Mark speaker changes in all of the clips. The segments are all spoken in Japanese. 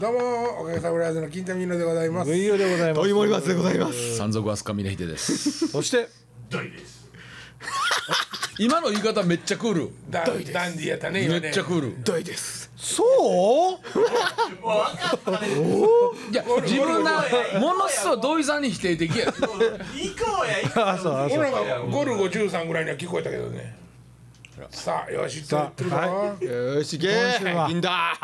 Speaker 1: どうもおかげさまライズの金田美乃でございます。
Speaker 2: VU でございます
Speaker 3: 鳥森松でございます。
Speaker 4: 山賊アスカミネヒテです。
Speaker 2: そして
Speaker 4: 今の言い方めっちゃクール。
Speaker 1: ダダンディやったね今ね。
Speaker 4: めっちゃクール。
Speaker 3: どいです。
Speaker 2: そう
Speaker 4: いや、自分がものすごい土井さんに否定的や。
Speaker 5: 行こうや行こ
Speaker 2: あそうあそう
Speaker 1: 俺がゴルゴ13ぐらいには聞こえたけどね。さあよしと言ってるぞ、
Speaker 2: は
Speaker 3: よーし、いけ
Speaker 2: 今週は
Speaker 3: ー。銀だ。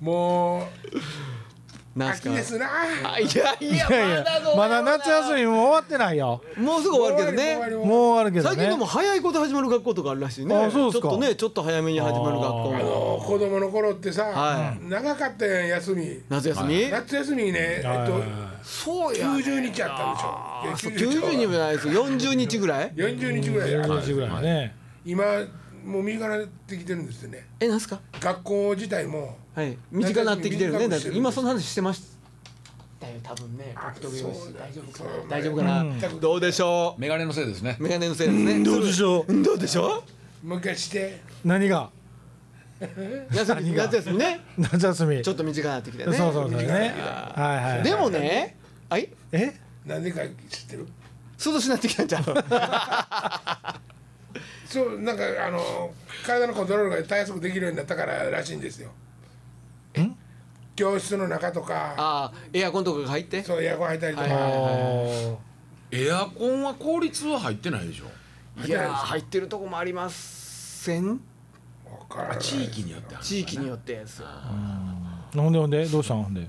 Speaker 1: もう
Speaker 3: なんす
Speaker 1: 秋
Speaker 3: か。
Speaker 1: ですな。
Speaker 3: あいやいや
Speaker 2: いやいやまだ夏休みも終わってないよ
Speaker 3: もうすぐ終わるけど
Speaker 1: 終わ
Speaker 3: ね
Speaker 1: り。終わり
Speaker 2: もうあるけど
Speaker 3: 最近でも
Speaker 2: ね
Speaker 3: 早いこと始まる学校とかあるらしいね。
Speaker 2: あそうっすか
Speaker 3: ちょっとね、ちょっと早めに始まる学校
Speaker 1: あ
Speaker 3: も。
Speaker 1: の子供の頃ってさ、
Speaker 3: は
Speaker 1: 長かったやん休み。
Speaker 3: 夏休み？
Speaker 1: 夏休みにね、えっと、そうや、九十日あったでしょ。いや
Speaker 3: 九十日もないですよ。四十日ぐらい？
Speaker 1: 四十日ぐらいあったでしょ
Speaker 2: ぐらいね
Speaker 1: 今もう身近になってきてるんですよね。
Speaker 3: え、なんすか？
Speaker 1: 学校自体も
Speaker 3: はい。短くなってきてるね。
Speaker 1: 短
Speaker 3: だ
Speaker 1: く
Speaker 3: っ
Speaker 1: して
Speaker 3: て
Speaker 1: る
Speaker 3: 今その話してましたよ。多分ね。格闘技教室大丈夫かな。大丈夫かな。どうでしょ
Speaker 4: メガネのせいですね
Speaker 3: う。。メガネのせいですね。
Speaker 2: どうでしょう
Speaker 3: どうでしょ
Speaker 1: もう一回して。
Speaker 2: 何が
Speaker 3: う？夏休み夏休みね。
Speaker 2: 夏休み
Speaker 3: ちょっと短くなってきてね。
Speaker 2: そうそうそうねはいはいはい
Speaker 3: でもね、はい。
Speaker 2: え
Speaker 1: なんでか知ってる
Speaker 3: 涼しなってきたんじゃん。
Speaker 1: そうなんかあの体のコントロールがたやすくできるようになったかららしいんですよ教室の中とか
Speaker 3: ああ、エアコンとかが入って。
Speaker 1: そうエアコン入ったりとか、
Speaker 3: はいはい
Speaker 2: お
Speaker 4: エアコンは効率は入ってないでしょ。
Speaker 3: いやー入ってるとこもありません。
Speaker 1: わからない
Speaker 4: 地域によってある。
Speaker 3: 地域によってですよ。
Speaker 2: ーほんでほんでどうしたんほんで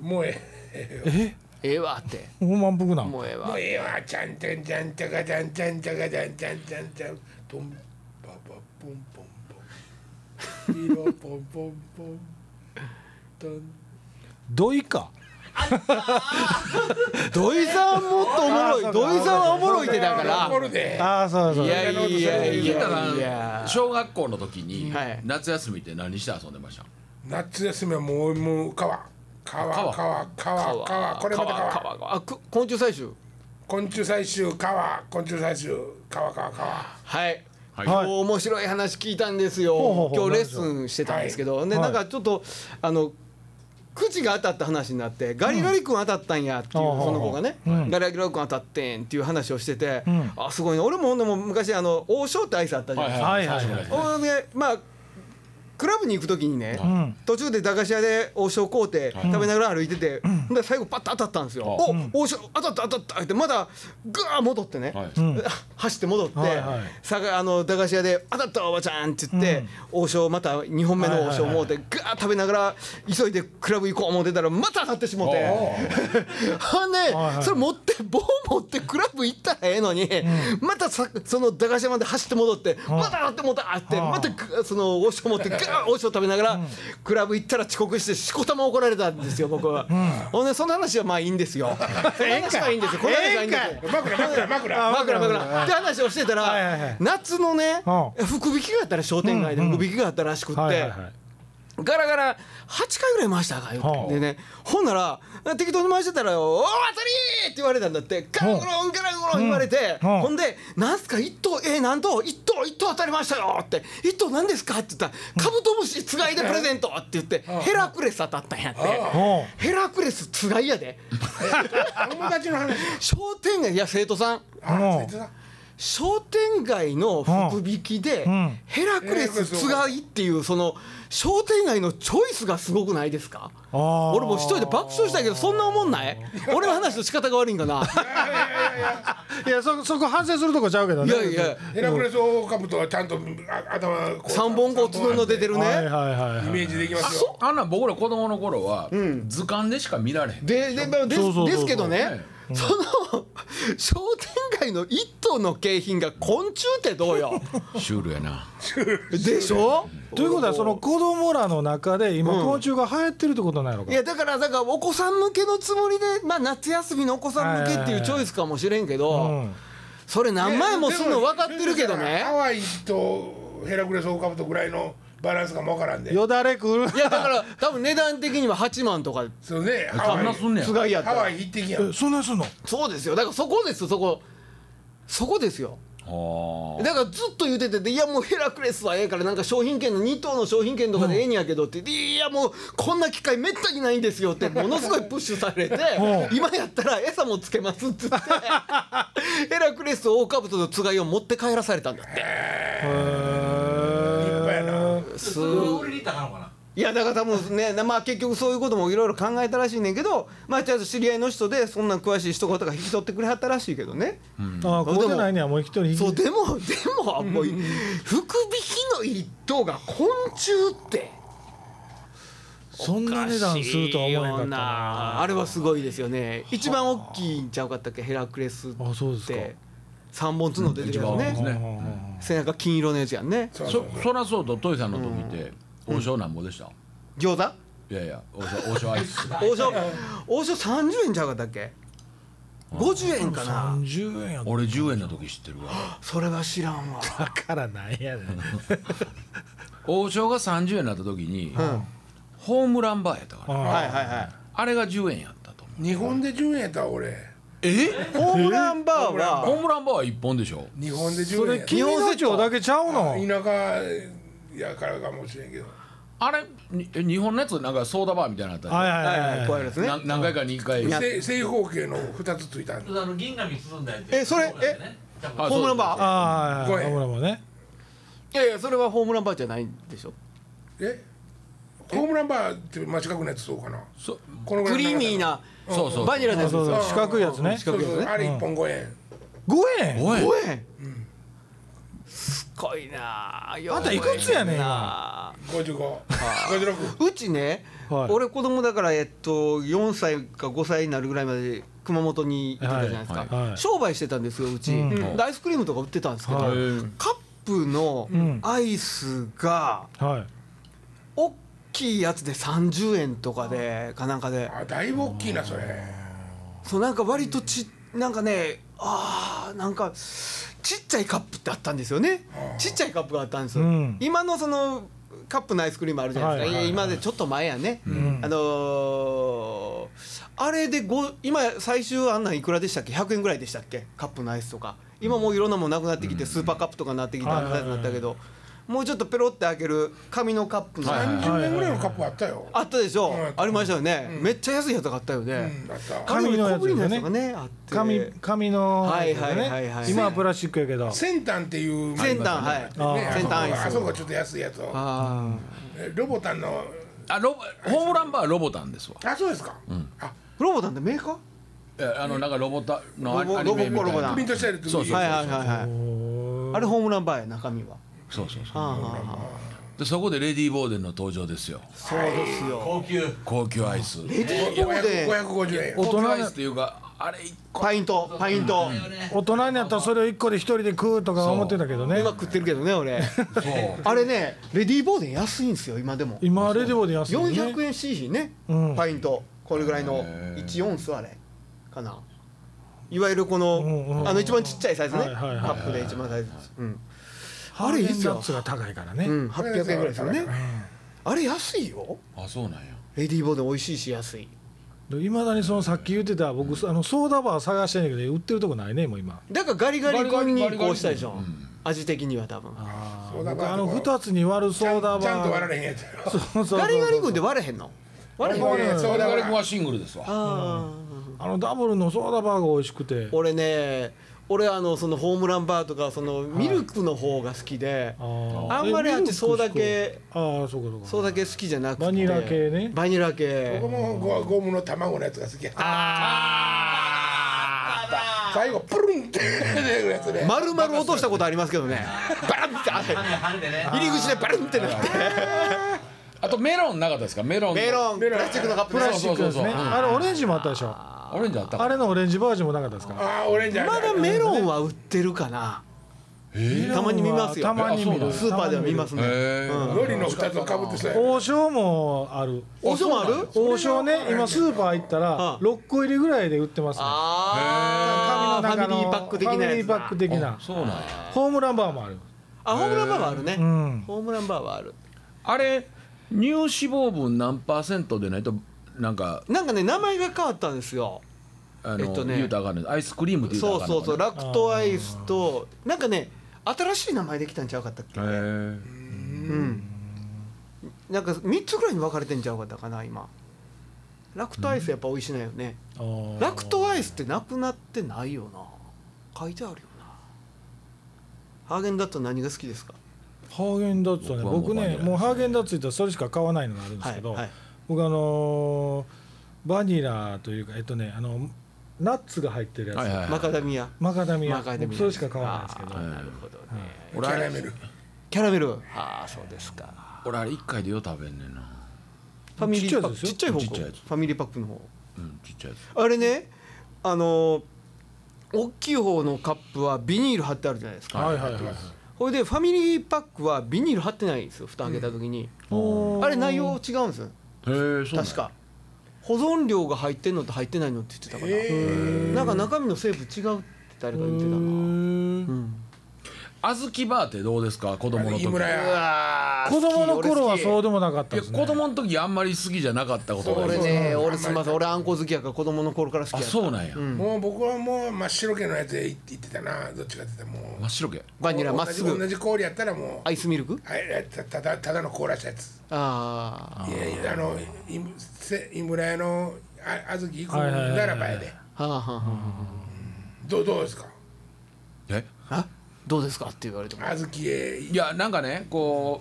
Speaker 1: もうええ
Speaker 3: ええわって。
Speaker 2: ほんま満腹なん
Speaker 3: もうええわ
Speaker 1: もう。ええわちゃんちゃんちゃんちゃかちゃんちゃんちゃかちゃんちゃんちゃんちゃんポンパパポンポンポン色ポンポンポントン
Speaker 2: どいか
Speaker 3: 土井さんもっとおもろい。土井さんはおもろいってだか
Speaker 1: 怒る
Speaker 3: ら。
Speaker 1: で
Speaker 2: ああそうそう
Speaker 3: いやいやい
Speaker 4: 聞いた
Speaker 3: やい
Speaker 4: ら
Speaker 3: や。
Speaker 4: 小学校の時に
Speaker 3: はい
Speaker 4: 夏休みって何して遊んでました。
Speaker 1: 夏休みはもうもう川川川
Speaker 4: 川
Speaker 1: 川川これまた川
Speaker 3: 川川あく昆虫採集。
Speaker 1: 昆虫採集川昆虫採集川川川
Speaker 3: はい。
Speaker 4: はい
Speaker 3: 今日面白い話聞いたんですよ、
Speaker 2: ほうほうほう
Speaker 3: 今日レッスンしてたんですけど、で
Speaker 2: はい
Speaker 3: なんかちょっとあの口が当たった話になってガリガリ君当たったんやっていう、
Speaker 2: うん
Speaker 3: その子がね、
Speaker 2: うん
Speaker 3: ガリガリ君当たってんっていう話をしてて、
Speaker 2: ん
Speaker 3: あすごいね俺もほんでもう昔あの王将って挨拶あったじゃないですか、
Speaker 2: はいはいはい
Speaker 4: は
Speaker 3: ほんでまあクラブに行く時にね、
Speaker 2: ん
Speaker 3: 途中で駄菓子屋で王将買うて食べながら歩いてて、ほんで最後パッと当たったんですよ、お王将当たった当たったってまだガー戻ってね、
Speaker 4: はい
Speaker 2: ん
Speaker 3: 走って戻って、
Speaker 2: はいはい
Speaker 3: さがあの駄菓子屋で「当たったわおばちゃん」って言って、王将また2本目の王将もうて、ガーッ食べながら急いでクラブ行こう思ってたらまた当たってしもうてほんで、
Speaker 2: はい
Speaker 3: それ持って棒持ってクラブ行ったらええのに、またさその駄菓子屋まで走って戻って、また当たってもうたって、
Speaker 2: はあ
Speaker 3: またぐその王将持ってガーッ王将食べながら、クラブ行ったら遅刻してしこたま怒られたんですよ僕は、ほんでその話はまあいいんで すよその話はいいんですよこの話はいいんですよ
Speaker 1: 枕枕枕
Speaker 3: 枕枕って話をしてた
Speaker 2: はいはいは
Speaker 3: ら
Speaker 2: い
Speaker 3: 夏のね
Speaker 2: う
Speaker 3: 福引きがあったら商店街で
Speaker 2: うんうん
Speaker 3: 福引きがあったらしくって
Speaker 2: はいはいはい
Speaker 3: ガラガラ8回ぐらい回したか
Speaker 2: は
Speaker 3: よ
Speaker 2: あ
Speaker 3: でねほんなら適当に回してたら「おお当たり!」って言われたんだってガラゴロンガラゴロン言われて
Speaker 2: うんうん
Speaker 3: ほんで「なんすか一等えー、なんと一等一等当たりましたよ」って「一等何ですか?」って言ったら「カブトムシつがいでプレゼント」って言ってヘラクレス当たったんやって
Speaker 2: おう
Speaker 3: ヘラクレスつがい やで
Speaker 1: 友達の話
Speaker 3: 商店街いや生徒さん
Speaker 1: あついてた
Speaker 3: 商店街の福引きで
Speaker 2: ん
Speaker 3: ヘラクレスつがいっていうその商店街のチョイスがすごくないですか
Speaker 2: あー
Speaker 3: 俺もう一人で爆笑したけどそんな思んない俺の話の仕方が悪いんかな
Speaker 2: いやそそこ反省するとこちゃうけど
Speaker 3: い
Speaker 2: ね
Speaker 3: やいや
Speaker 1: ヘラクレスオオカブトはちゃんとあ頭こう
Speaker 3: 3本こう角の出てる
Speaker 2: はいはい
Speaker 3: ね
Speaker 2: はい
Speaker 1: イ
Speaker 2: は
Speaker 1: メ
Speaker 2: い
Speaker 1: ージできます
Speaker 4: そ
Speaker 1: よ
Speaker 4: うあんなん僕ら子供の頃は図鑑でしか見られへん。
Speaker 3: でででで
Speaker 2: そうそうそうそう
Speaker 3: ですけどね
Speaker 4: ね
Speaker 3: その商店街の一頭の景品が昆虫ってどうよ
Speaker 4: シュールやな。
Speaker 3: でしょ
Speaker 2: ということはその子供らの中で今昆虫が流行ってるってことなんやろか
Speaker 3: いやだからだからお子さん向けのつもりでまあ夏休みのお子さん向けっていうチョイスかもしれんけど、
Speaker 2: うん
Speaker 3: それ何枚もすんの分かってるけどね
Speaker 1: ハワイとヘラクレスオオカブトぐらいのバランスがもわからんで
Speaker 2: よだれくる
Speaker 3: いやだから多分値段的には8万とか
Speaker 1: そうねハ
Speaker 4: あ
Speaker 1: ワ
Speaker 4: んなすん
Speaker 1: イ
Speaker 4: ねや
Speaker 3: つ。がいやった
Speaker 1: ハ
Speaker 3: ら
Speaker 1: ワイ行ってきやん
Speaker 2: そんなんすんの
Speaker 3: そうですよだからそこですよそこそこですよ
Speaker 4: ほ
Speaker 3: だからずっと言っててで「いやもうヘラクレスはええからなんか商品券の2等の商品券とかでええんやけど」って言って「いやもうこんな機会めったにないんですよ」ってものすごいプッシュされて「今やったら餌もつけます」っつって ヘラクレスとオオカブトとつがいを持って帰らされたんだって
Speaker 1: 立派やな
Speaker 5: それを売りに行ったからかない
Speaker 3: やだから多分ね、まあ、結局そういうこともいろいろ考えたらしいねんけど、まあ、ちゃんと知り合いの人でそんなん詳しい人とか引き取ってくれはったらしいけどね、
Speaker 2: ああこうでないにはもう一人引き
Speaker 3: そうでもでももう福引きの一等が昆虫って。
Speaker 2: そんな値段するとは思えなかったな
Speaker 3: あれはすごいですよね一番大きいんちゃうかったっけヘラクレスっ
Speaker 2: あそうですか
Speaker 3: て3本角出てるよ
Speaker 4: うん一番
Speaker 3: ね
Speaker 4: ね
Speaker 3: 背中金色のやつやんね
Speaker 1: そうそう
Speaker 4: そそらそうとトイさんの時って王将なんぼでした
Speaker 3: 餃子
Speaker 4: いやいや王将王将アイス
Speaker 3: 王将王将30円ちゃうかったっけ50円かな
Speaker 2: 30円や
Speaker 4: 俺10円の時知ってるわ
Speaker 3: それは知らんわ
Speaker 2: だからなんやねん
Speaker 4: 王将が30円になった時に
Speaker 3: ん
Speaker 4: ホームランバーやったから
Speaker 3: は
Speaker 2: あ
Speaker 3: いはいはい
Speaker 4: あれが10円やったと思う
Speaker 1: 日本で10円やったわ俺
Speaker 4: え
Speaker 3: ホームランバー
Speaker 4: ホ
Speaker 3: は
Speaker 4: ームランバーは1本でしょ
Speaker 1: 日本で10
Speaker 2: そ
Speaker 1: 円
Speaker 2: れ
Speaker 1: やっ
Speaker 2: 金の町だけちゃうの
Speaker 1: た田舎やからかもしれんけど
Speaker 4: あれにえ日本のやつなんかソーダバーみたいなのあったでしょ
Speaker 2: はいはい
Speaker 3: はい
Speaker 2: はい
Speaker 3: はい
Speaker 2: はい
Speaker 3: こうやるやつね
Speaker 4: な何回かに1回
Speaker 3: や
Speaker 1: 正正方形の2つついたん
Speaker 5: あの銀紙包んだやつ
Speaker 3: えそれえ
Speaker 5: 多分
Speaker 4: あ
Speaker 3: ホームランバー
Speaker 2: ああはいはい
Speaker 1: これ
Speaker 2: ほらもうね
Speaker 3: いやいやそれはホームランバーじゃないでしょ
Speaker 1: えホームランバーって真近くのやつそうかな
Speaker 4: そ
Speaker 1: このぐら
Speaker 3: ク
Speaker 1: いの
Speaker 3: リーミーな
Speaker 4: そうそう
Speaker 3: バニラの
Speaker 2: そ
Speaker 3: や
Speaker 2: う
Speaker 3: つです
Speaker 2: そう
Speaker 3: よ
Speaker 2: 四角いやつね
Speaker 1: そうそうあれ1本5円
Speaker 2: 5円
Speaker 4: おい
Speaker 3: 5円すごいなあ
Speaker 2: あんたいくつやねん今
Speaker 3: なあ
Speaker 1: 5556
Speaker 3: うちね、
Speaker 2: はい
Speaker 3: 俺子供だからえっと4歳か5歳になるぐらいまで熊本に行ってたじゃないですか、
Speaker 4: はい
Speaker 2: はいはい
Speaker 3: 商売してたんですようち、
Speaker 2: う
Speaker 3: でアイスクリームとか売ってたんですけど、
Speaker 2: はい
Speaker 4: うん
Speaker 3: カップの
Speaker 2: ん
Speaker 3: アイスが
Speaker 2: はい
Speaker 3: 大きいやつで30円とかでかなんかで
Speaker 1: あだいぶ大きいなそれ
Speaker 3: そうなんか割とちなんかねあーなんかちっちゃいカップってあったんですよねちっちゃいカップがあったんですよ、
Speaker 2: うん
Speaker 3: 今のそのカップのアイスクリームあるじゃないで
Speaker 2: は
Speaker 3: すか、
Speaker 2: いはいはい
Speaker 3: いや今でちょっと前やね、
Speaker 2: ん
Speaker 3: あのーあれでご今最終案内いくらでしたっけ100円ぐらいでしたっけカップのアイスとか今もういろんなもんなくなってきて、スーパーカップとかになってきた
Speaker 2: はい
Speaker 3: み
Speaker 2: はいは
Speaker 3: た
Speaker 2: い
Speaker 3: いになったけどもうちょっとペロって開ける紙のカップの、
Speaker 4: はいはい
Speaker 1: 30年ぐらいのカップあったよ
Speaker 3: あったでしょ、
Speaker 1: うん
Speaker 3: ありましたよね、めっちゃ安いやつがあったよ
Speaker 1: う
Speaker 3: ね、
Speaker 1: んあった
Speaker 3: あれよ
Speaker 2: 紙
Speaker 3: り
Speaker 2: のやつ
Speaker 3: 小ぶりのやつ
Speaker 2: です
Speaker 3: が
Speaker 2: よ
Speaker 3: ねあって
Speaker 2: 紙紙の
Speaker 3: はいはいはいはい
Speaker 2: ね
Speaker 3: はい
Speaker 2: 今はプラスチックやけど
Speaker 1: 先端っていう
Speaker 3: 先端
Speaker 1: あ
Speaker 3: は
Speaker 1: り
Speaker 3: い
Speaker 1: ますよね
Speaker 2: あ
Speaker 1: ねあそこ
Speaker 2: ー
Speaker 3: 先端アイス
Speaker 1: あそこちょっと安いやつを
Speaker 3: あ
Speaker 1: えロボタンの
Speaker 4: あロボホームランバーはロボタンですわ
Speaker 1: あそうですかあ
Speaker 3: ーロボタンってメーカー
Speaker 4: えあのなんかロボタンのア
Speaker 3: ロボ
Speaker 4: ニメみ
Speaker 3: ロボコロボ
Speaker 4: た
Speaker 3: タ
Speaker 4: いな
Speaker 3: ン
Speaker 1: プリントしてある時
Speaker 4: そうそう
Speaker 3: はいはいはいはいあれホームランバーや中身は
Speaker 4: そうそうそう
Speaker 3: はあはあはあ
Speaker 4: でそこでレディー・ボーデンの登場ですよ
Speaker 3: そうですよ
Speaker 5: 高級
Speaker 4: 高級アイス
Speaker 3: レディーボーデン
Speaker 1: 550円
Speaker 4: 高級アイスっていうかあれ一個
Speaker 3: パイントパイント
Speaker 2: 大人になったらそれを一個で一人で食うとか思ってたけどね
Speaker 3: 今食ってるけどね俺
Speaker 4: そう
Speaker 3: あれねレディーボーデン安いんですよ今でも
Speaker 2: 今レディオで安いよね
Speaker 3: 400円 C 品ね
Speaker 2: うん
Speaker 3: パイントこれぐらいの1オンスあれかないわゆるこ
Speaker 2: うんうんう
Speaker 3: の
Speaker 2: ん
Speaker 3: あの一番ちっちゃいサイズね
Speaker 2: はい
Speaker 3: カ
Speaker 2: はいはい
Speaker 3: ップで一番サイズうん
Speaker 2: ハ
Speaker 3: あ
Speaker 2: ー
Speaker 3: れ
Speaker 2: ゲ
Speaker 3: いい
Speaker 2: ン
Speaker 3: っす
Speaker 2: ダッ
Speaker 3: よ
Speaker 2: ツが高いからね、
Speaker 3: うん800円ぐらいですよね
Speaker 1: うん
Speaker 3: あれ安いよ
Speaker 4: あそうなんや
Speaker 3: レディーボーデン美味しいし安い
Speaker 2: いまだにそのさっき言ってた僕、あのソーダバー探してんだけど売ってるとこないねもう今
Speaker 3: だからガリガリ君にこうしたでしょ、
Speaker 4: ガリガリ
Speaker 3: 味的には多分
Speaker 1: そうだ
Speaker 2: あの2つに割るソーダバー
Speaker 1: ちゃんと割られへんやつやろ
Speaker 2: そうそうそう
Speaker 3: ガリガリ君って割れへんの割れへん
Speaker 1: これ
Speaker 4: ガ
Speaker 1: そう
Speaker 4: リ
Speaker 1: だ
Speaker 4: ガ
Speaker 1: か
Speaker 4: リ君
Speaker 1: ら
Speaker 4: はシングルですわ
Speaker 3: あー
Speaker 2: あのダブルのソーダバーが美味しくて
Speaker 3: 俺ね俺あのそのホームランバーとかそのミルクの方が好きで、あんまりあっちソーダ系
Speaker 2: ああそうかそうか
Speaker 3: そうだけ好きじゃなくて
Speaker 2: バニラ系ね
Speaker 3: バニラ系
Speaker 1: 僕もゴゴムの卵のやつが好きやった
Speaker 3: あ
Speaker 1: 最後プルンって出てくるやつ
Speaker 3: あ
Speaker 1: ね
Speaker 3: 丸々落としたことありますけどねバランってあれ
Speaker 5: 跳ねてね
Speaker 3: 入り口でバランってなって
Speaker 4: あとメロンなかったですかメロン
Speaker 3: メロンプラスチックのカップ
Speaker 2: プ
Speaker 3: ね
Speaker 2: ラスチックです
Speaker 4: そうそう
Speaker 2: ね
Speaker 4: そうそううん
Speaker 2: あれオレンジもあったでしょ
Speaker 4: オレンジあったか
Speaker 2: あれのオレンジバージョンもなかったですか
Speaker 1: ああオレンジある
Speaker 3: まだメロンは売ってるかなたまに見ますよ
Speaker 2: たまに見
Speaker 4: あ
Speaker 2: る
Speaker 3: スーパーでは見ますね、
Speaker 4: へー
Speaker 1: ロリの2つをかぶってそうやね
Speaker 2: 王将もある
Speaker 3: おそもある
Speaker 2: 王将ね今スーパー行ったら
Speaker 3: うん
Speaker 2: 6個入りぐらいで売ってますね
Speaker 3: あーファミリーパック的なや
Speaker 2: フ
Speaker 3: つだ
Speaker 2: ァミリーパック的な
Speaker 4: あそうなんや
Speaker 2: ホームランバーもある
Speaker 3: あホームランバーはあるね、
Speaker 2: うん
Speaker 3: ホームランバーはある
Speaker 4: あれ乳脂肪分何パーセントでないとなんか
Speaker 3: なんかね名前が変わったんですよ
Speaker 4: えあの、
Speaker 3: えっとね
Speaker 4: 言うたらあかんねんアイスクリームって言うたら
Speaker 3: そ
Speaker 4: あ
Speaker 3: う
Speaker 4: かん
Speaker 3: そうそう
Speaker 4: のか
Speaker 3: ラクトアイスとなんかね新しい名前できたんちゃうかったっけ
Speaker 4: なへえ
Speaker 3: うんなんか3つぐらいに分かれてんちゃうかったかな今ラクトアイスやっぱ美味しいなよね、ラクトアイスってなくなってないよな書いてあるよなハーゲンダッツは何が好きですか
Speaker 2: ハーゲンダッツはね
Speaker 4: 僕
Speaker 2: 僕
Speaker 4: は
Speaker 2: ね
Speaker 4: もうバニラですね
Speaker 2: もうハーゲンダッツいったらそれしか買わないのがあるんですけど、
Speaker 3: はいはい
Speaker 2: 僕あのーバニラというかえっとねあのナッツが入ってるやつ、
Speaker 4: はいはい
Speaker 3: マカダミア
Speaker 2: マカダミア
Speaker 3: マカダミア
Speaker 2: 僕それしか買わないんですけど
Speaker 3: あーなるほどね、
Speaker 1: キャラメル
Speaker 3: キャラメルああそうですか
Speaker 4: 俺あれ一回でよう食べんねんな
Speaker 3: ファミリーパック
Speaker 2: ち
Speaker 3: ち
Speaker 2: っ
Speaker 3: っ
Speaker 2: ち
Speaker 3: ちゃい方
Speaker 4: ちっ
Speaker 3: 向
Speaker 4: ちゃい
Speaker 3: フ
Speaker 4: やつ
Speaker 3: ァミリーパックの方
Speaker 4: うんちっちゃいや
Speaker 3: あれねあのー大きい方のカップはビニール貼ってあるじゃないですか
Speaker 2: はいはいはいはい
Speaker 3: ほいでファミリーパックはビニール貼ってないんですよ蓋開けた時に、
Speaker 2: おー
Speaker 3: あれ内容違うんですよ
Speaker 4: つへえそうなんや
Speaker 3: 確か保存量が入ってんのと入ってないのって言ってたから、
Speaker 1: え
Speaker 3: なんか中身の成分違うって誰か言ってたな、うん
Speaker 4: 小豆バーってどうですか子供の時
Speaker 1: 飯村
Speaker 4: い
Speaker 1: 屋
Speaker 2: 子供の頃はそう
Speaker 3: う
Speaker 2: でもなかったで
Speaker 4: や
Speaker 2: す、
Speaker 4: 子
Speaker 2: ね、
Speaker 4: 供の時あんまり好きじゃなかったことが
Speaker 3: 俺
Speaker 4: ある
Speaker 3: ね
Speaker 1: そう
Speaker 3: 俺すみません俺あんこ好きやから子供の頃から好きや
Speaker 4: あ
Speaker 3: った
Speaker 4: そうなんや
Speaker 3: ん
Speaker 1: もう僕はもう真っ白系のやつで行ってたなどっちかって言ったらもう
Speaker 4: 真っ白け
Speaker 3: バニラまっ
Speaker 1: 同
Speaker 3: す
Speaker 1: じ
Speaker 3: ぐ
Speaker 1: 同じ氷やったらもう
Speaker 3: アイスミルク
Speaker 1: あいやたただただの凍らしたやつ
Speaker 3: あ
Speaker 1: いやいやあのいせ井村屋のあ小豆行くならばやで
Speaker 3: あはあはあは
Speaker 1: どうどうですか
Speaker 4: え
Speaker 3: ああどうですかって言われても
Speaker 1: 小豆へ
Speaker 4: いやなんかねこ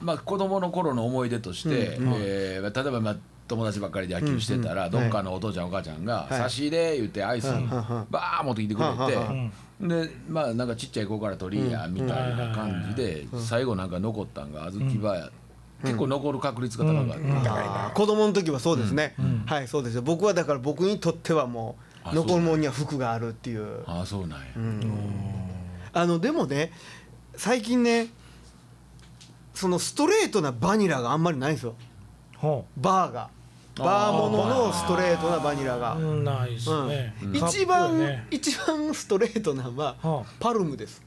Speaker 4: うまあ子供の頃の思い出として、えー例えば、まあ、友達ばっかりで野球してたら、どっかのお父ちゃんお母ちゃんが「
Speaker 3: い
Speaker 4: 差し入れ」言ってアイスに
Speaker 3: はいはいは
Speaker 4: バー持ってきてく
Speaker 3: はいはいは
Speaker 4: れてでまあなんかちっちゃい子から取りやみたいな感じで最後なんか残ったんが小豆バーや結構残る確率が高かった。
Speaker 3: あー子供の時はそうですね、はいそうですよ僕はだから僕にとってはも
Speaker 4: あ
Speaker 3: う残るもんには服があるっていう
Speaker 4: ああそうなんや、
Speaker 3: あのでもね最近ねそのストレートなバニラがあんまりないんですよ
Speaker 2: ほ
Speaker 3: バーがバーもののストレートなバニラが、
Speaker 2: ううんないですね、
Speaker 3: うん
Speaker 2: カップ
Speaker 3: 一番、
Speaker 2: ね
Speaker 3: 一番ストレートなのは、
Speaker 2: はあ
Speaker 3: パルムです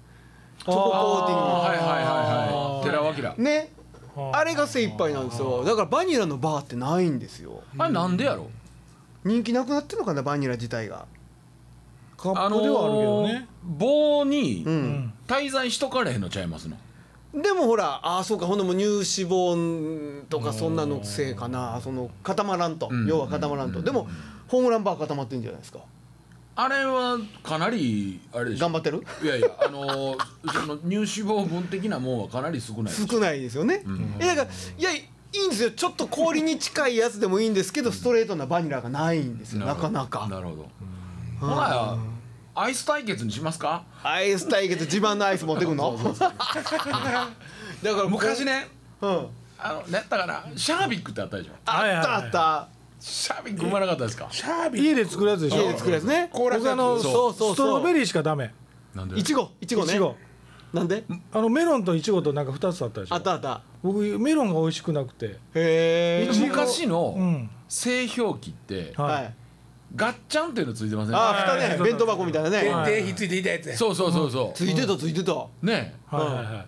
Speaker 2: チョ
Speaker 3: ココーティング
Speaker 4: はいはいはいはい寺尾明
Speaker 3: ね
Speaker 2: はあ
Speaker 3: あれが精一杯なんですよだからバニラのバーってないんですよ
Speaker 4: あれなんでやろ
Speaker 3: 人気なくなってるのかなバニラ自体が
Speaker 2: カップではあるけどね、
Speaker 4: あのー棒に
Speaker 3: うん
Speaker 4: 滞在しとかれへんのちゃいますの、
Speaker 3: でもほらああそうかほんでもう乳脂肪とかそんなのせいかなその固まらんと、
Speaker 4: ん
Speaker 3: 要は固まらんと、でもホームランバー固まってんじゃないですか
Speaker 4: あれはかなりあれでしょ
Speaker 3: 頑張ってる
Speaker 4: いやいやあのーその乳脂肪分的なもんはかなり少ないです
Speaker 3: 少ないですよね、えだからいやいいんですよちょっと氷に近いやつでもいいんですけどストレートなバニラがないんですよなかなか
Speaker 4: なるほどほなアイス対決にしますか
Speaker 3: アイス対決自慢のアイス持ってくんのだからこう
Speaker 4: 昔、ね
Speaker 3: うん、
Speaker 4: あのねだからシャービックってあったでしょ
Speaker 2: はいはい
Speaker 3: あっ
Speaker 2: はい
Speaker 3: たあった
Speaker 4: シャービック生まなかったですか
Speaker 1: シャービ
Speaker 2: 家
Speaker 1: ー
Speaker 2: で作るやつでしょ
Speaker 3: 家で作るやつね
Speaker 1: 凍らし
Speaker 2: 僕
Speaker 1: た
Speaker 2: あ
Speaker 1: やつ
Speaker 2: の
Speaker 3: そうそうそう
Speaker 2: ストロベリーしかダメ
Speaker 4: なんで
Speaker 3: いちごいちごね
Speaker 2: いちご
Speaker 3: なんで
Speaker 2: あのメロンとイチゴとなんか二つあったでしょ
Speaker 3: あったあった
Speaker 2: 僕メロンが美味しくなくて
Speaker 3: へえ
Speaker 2: いちご
Speaker 4: 昔
Speaker 2: う
Speaker 4: の
Speaker 2: ん
Speaker 4: 製氷機って、
Speaker 2: はい
Speaker 3: はい
Speaker 4: ガッチャンっていうのついてません
Speaker 3: あ
Speaker 4: か
Speaker 3: あ蓋ね弁当箱みたいなね、
Speaker 2: はい
Speaker 1: ででひっついていたやつや
Speaker 4: そうそうそうそ
Speaker 3: ついてたついてた
Speaker 4: うね
Speaker 2: はいはいはい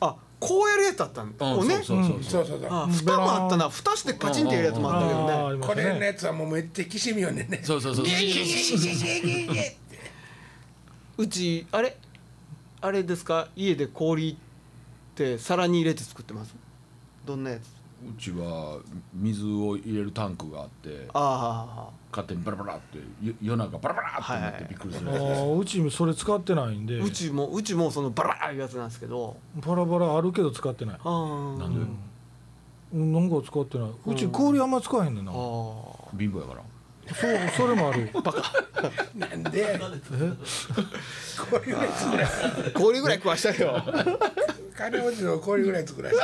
Speaker 3: あこうやるやつだったん
Speaker 4: え、
Speaker 3: だ、
Speaker 4: うん
Speaker 3: こうね
Speaker 4: そうそうそう
Speaker 1: そ
Speaker 4: そ
Speaker 1: うそ
Speaker 4: う
Speaker 1: うそう
Speaker 3: あ蓋もあったな蓋してカチンってやるやつもあったけどね、
Speaker 2: あーありま
Speaker 1: こ
Speaker 2: すね
Speaker 1: れのやつはもうめっちゃきしみよんねんね
Speaker 4: そうそうそう
Speaker 3: うちあれあれですか家で氷って皿に入れて作ってますどんなやつ
Speaker 4: うちは水を入れるタンクがあって
Speaker 3: あ
Speaker 4: 勝手にバラバラってよ夜中バラバラってなってびっくりする
Speaker 2: あ
Speaker 4: やつです
Speaker 2: ーうちもそれ使ってないんで
Speaker 3: あうちもうちもそのバラーいうやつなんですけど
Speaker 2: バラバラあるけど使ってない
Speaker 3: あー
Speaker 4: なんで
Speaker 2: なんか使ってないうち氷あんま使わへんねんな
Speaker 3: あ
Speaker 2: そう
Speaker 3: ー
Speaker 4: 貧乏やから
Speaker 2: それもある
Speaker 1: なんでこういうの作らせ
Speaker 3: 氷ぐらい食わしたよ
Speaker 1: 金持ちの氷ぐらい作らせ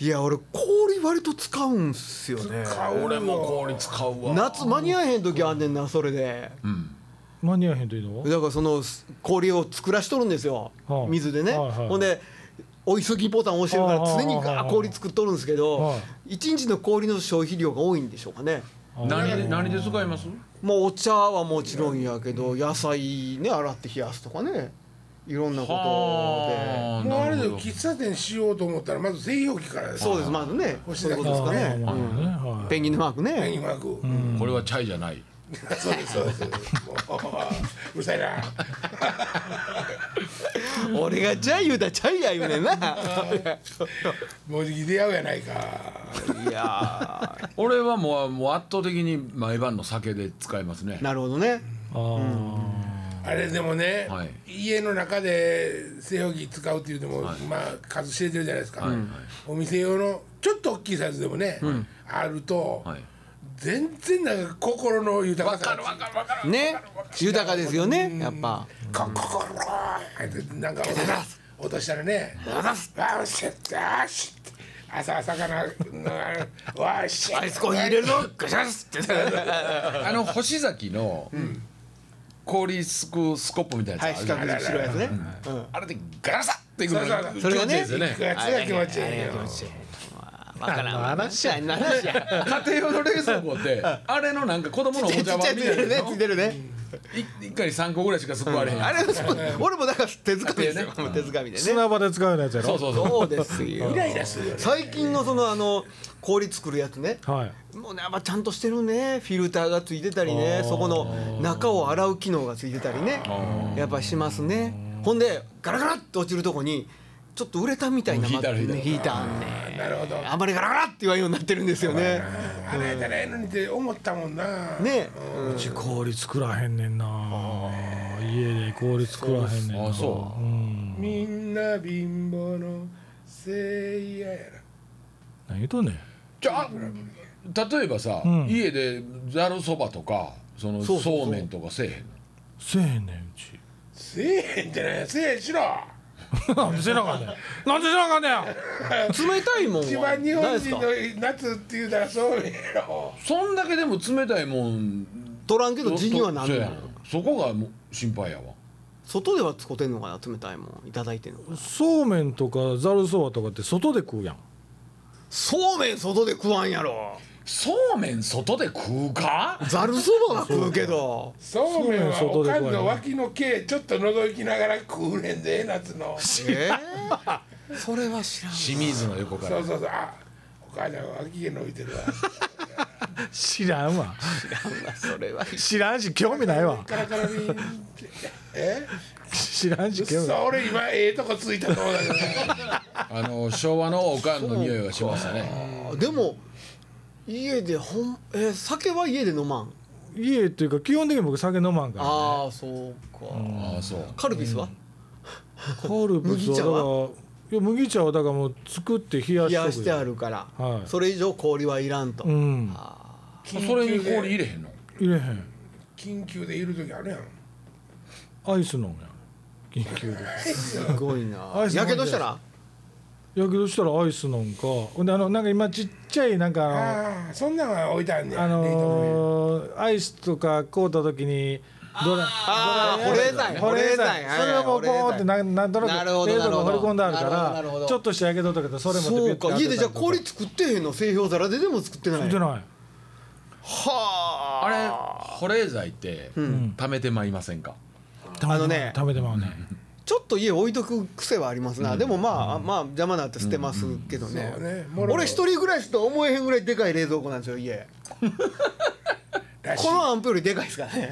Speaker 3: いや俺氷割と使うんすよね
Speaker 4: 俺も氷使うわ
Speaker 3: 夏間に合えへん時あんねんなそれで
Speaker 4: うん
Speaker 2: 間に合わへんというの
Speaker 3: だからそのす氷を作らしとるんですよ、
Speaker 2: はあ
Speaker 3: 水でね、
Speaker 2: はいはいはい
Speaker 3: ほんでお急ぎボタン押してるから
Speaker 2: はあはあ
Speaker 3: 常に
Speaker 2: はあは
Speaker 3: ガ
Speaker 2: あ
Speaker 3: ー氷作っとるんですけど
Speaker 2: はあ
Speaker 3: 一日の氷の消費量が多いんでしょうかね
Speaker 4: 何で何で使います
Speaker 3: もうお茶はもちろんやけど野菜ね洗って冷やすとかねいろんなこ
Speaker 4: は
Speaker 1: も
Speaker 4: あ
Speaker 1: うあれだ
Speaker 4: なる
Speaker 1: よ
Speaker 4: ほど
Speaker 1: 喫茶店しようと思ったらまず製氷機から
Speaker 3: とでそうですまずね
Speaker 1: 星
Speaker 3: そうい
Speaker 1: だ
Speaker 3: う
Speaker 1: け
Speaker 3: ことですかね
Speaker 2: あーまあね
Speaker 3: う
Speaker 2: は
Speaker 3: ん
Speaker 2: い
Speaker 3: ペンギンのマーク
Speaker 1: ペンギ
Speaker 3: ね
Speaker 1: ンマーク、
Speaker 4: これはチャイじゃない
Speaker 1: そうですそうですもううるさいな
Speaker 3: 俺がジャイ言うたらチャイや言うねん な
Speaker 1: もうじき出会うやないか
Speaker 3: いや
Speaker 4: 俺はもうもう圧倒的に毎晩の酒で使いますね
Speaker 3: ーなるほどね
Speaker 2: あー
Speaker 1: あれでもね、
Speaker 4: はい
Speaker 1: 家の中で製氷機使うっていうでも、まあ数知れてるじゃないですか、
Speaker 4: はいはい
Speaker 1: お店用のちょっと大きいサイズでもね、あると、
Speaker 4: はい
Speaker 1: 全然なんか心の豊かさが
Speaker 4: かるわかる
Speaker 3: ね豊かですよねやっぱ
Speaker 1: ここここってなんか落としたらね「わーしっあーしっ」朝朝からの「わーし
Speaker 3: アイスコーヒー入れるぞガシャスって
Speaker 4: あの星崎の氷すくスコップみたいな
Speaker 3: は
Speaker 4: や
Speaker 3: い
Speaker 4: つあ
Speaker 3: 四
Speaker 4: るじゃない
Speaker 3: 角い白いやつねうん
Speaker 4: あれでガラサッていくの
Speaker 1: そうそうそう
Speaker 4: 気持ちいいですよ
Speaker 1: 行く
Speaker 4: ね
Speaker 1: やつが気持ちいいよ
Speaker 3: わからん話や話や
Speaker 4: 家庭用の冷蔵庫ってあれのなんか子供のお
Speaker 3: ち
Speaker 4: も
Speaker 3: っち
Speaker 4: ち
Speaker 3: ゃ
Speaker 4: ゃ
Speaker 3: いつ
Speaker 4: 碗
Speaker 3: い
Speaker 4: みた
Speaker 3: て
Speaker 4: い
Speaker 3: る
Speaker 4: な
Speaker 3: ね
Speaker 4: や
Speaker 3: つ
Speaker 4: つ
Speaker 3: いてるね
Speaker 4: 一回に3個ぐらいしかすくわれへん
Speaker 3: あれそう俺もだから手づかみですよ
Speaker 4: うん
Speaker 3: 手づかみでね
Speaker 2: 砂場で使うようなやつやろ
Speaker 4: そうそうそう
Speaker 3: そうですよ
Speaker 1: イライラするよね
Speaker 3: 最近のそのあの氷作るやつね
Speaker 2: はい
Speaker 3: もうねやっぱちゃんとしてるねフィルターがついてたりね
Speaker 2: あー
Speaker 3: そこの中を洗う機能がついてたりねやっぱしますねほんでガラガラって落ちるとこにちょっとウレタンみたいな
Speaker 4: ヒーターある
Speaker 3: ま
Speaker 4: ヒーター
Speaker 3: ヒーターあんね
Speaker 1: なるほど
Speaker 3: あんまりガラガラって言わんようになってるんですよね
Speaker 1: あれじゃないのにって思ったもんな
Speaker 3: ねうん
Speaker 2: うち氷作らへんねんな家で氷作らへんねんな、
Speaker 4: あそう
Speaker 2: ん、
Speaker 1: みんな貧乏のせいややな
Speaker 2: 何言うとんねん
Speaker 4: じゃあ例えばさ、
Speaker 2: ん
Speaker 4: 家でざるそばとかその
Speaker 3: そ
Speaker 4: そう
Speaker 3: そうそ
Speaker 4: う
Speaker 3: う
Speaker 4: めんとかせえへんの
Speaker 2: せえへんねんうち
Speaker 1: せえへんってねせえへんしろ
Speaker 2: なんでせなあかんねんなんでせなあかんねん
Speaker 3: 冷たいもん
Speaker 1: 一
Speaker 3: は
Speaker 1: 番日
Speaker 3: ない
Speaker 1: 本
Speaker 3: です
Speaker 1: 人
Speaker 3: か
Speaker 1: の夏って言うたらそうやろ
Speaker 4: そんだけでも冷たいもん
Speaker 3: 取らんけど地にはなん
Speaker 4: そ
Speaker 3: な
Speaker 4: う
Speaker 3: い
Speaker 4: やんそこがもう心配やわ
Speaker 3: 外では使ってんのかな冷たいもんいただいてんのかな
Speaker 2: そうめんとかざるそばとかって外で食うやん
Speaker 3: そうめん外で食わんやろ
Speaker 4: そうめん外で食うか
Speaker 3: ざるそばは食うけど
Speaker 1: そうめんは
Speaker 2: そう
Speaker 1: おか
Speaker 2: めん外で食わへん
Speaker 1: んの脇の毛ちょっと覗きながら食うねんで夏のそ
Speaker 3: えーそれは知らん
Speaker 4: 清水の横から
Speaker 1: うそうそうあお母ちゃん脇毛伸びてるわ
Speaker 2: 知らんわ
Speaker 3: それは
Speaker 2: 知らんし興味ないわ
Speaker 1: カラカラビンってえ
Speaker 2: 知らんし興味ない
Speaker 1: それ今ええとこついたと思うだけど
Speaker 4: あの昭和のおかんの匂いはしましたね
Speaker 3: でも家でほんえー酒は家で飲まん
Speaker 2: 家っていうか基本的に僕酒飲まんから
Speaker 3: ああそうか
Speaker 4: ああそう
Speaker 3: カルピスは
Speaker 2: コールブツ
Speaker 3: 麦茶はい
Speaker 2: や麦茶はだからもう作って冷や
Speaker 3: 冷
Speaker 2: しとく
Speaker 3: やしてあるから
Speaker 2: はい
Speaker 3: それ以上氷はいらんと
Speaker 2: うん
Speaker 4: それに氷入れへんの
Speaker 2: 入れへん
Speaker 1: 緊急でいる時あるやん
Speaker 2: アイス飲むやん緊 急です
Speaker 3: ごい な
Speaker 2: アイス飲ん
Speaker 3: や
Speaker 2: で
Speaker 3: けどしたら
Speaker 2: やけどしたらアイスなんかほんであのなんか今ちっちゃいなんか
Speaker 1: ああそんなんは置いてあんね
Speaker 2: あ
Speaker 1: ん
Speaker 2: のあ
Speaker 1: 冷凍庫に
Speaker 2: のーアイスとか買うた時にどれ
Speaker 3: あー保冷剤
Speaker 2: 保冷剤
Speaker 3: はい
Speaker 2: それがもう
Speaker 3: 保冷
Speaker 2: ポ
Speaker 3: 剤
Speaker 2: ーンってななんとな
Speaker 3: な
Speaker 2: く
Speaker 3: るほど
Speaker 2: 冷蔵庫に放
Speaker 3: な
Speaker 2: り
Speaker 3: るほど
Speaker 2: 込んであるか
Speaker 3: なるほどなるほ
Speaker 2: ら
Speaker 3: ど
Speaker 2: ちょっとしたやけどとかでそれ持
Speaker 3: そ
Speaker 2: っ
Speaker 3: う
Speaker 2: て
Speaker 3: か家でじゃあ氷
Speaker 2: つ
Speaker 3: 作ってへんの製氷皿ででも作ってない
Speaker 2: いてない
Speaker 3: はあ
Speaker 4: あれ保冷剤って溜めてまいりませんか
Speaker 2: あ
Speaker 3: のね
Speaker 2: 食べてまうね
Speaker 3: ちょっと家置いとく癖はありますな、でもまあまあ邪魔になって捨てますけどね,、
Speaker 1: そうねもろもろ
Speaker 3: 俺一人暮らしとは思えへんぐらいでかい冷蔵庫なんですよ家
Speaker 1: らしい
Speaker 3: このアンプよりでかいですか らね
Speaker 4: へ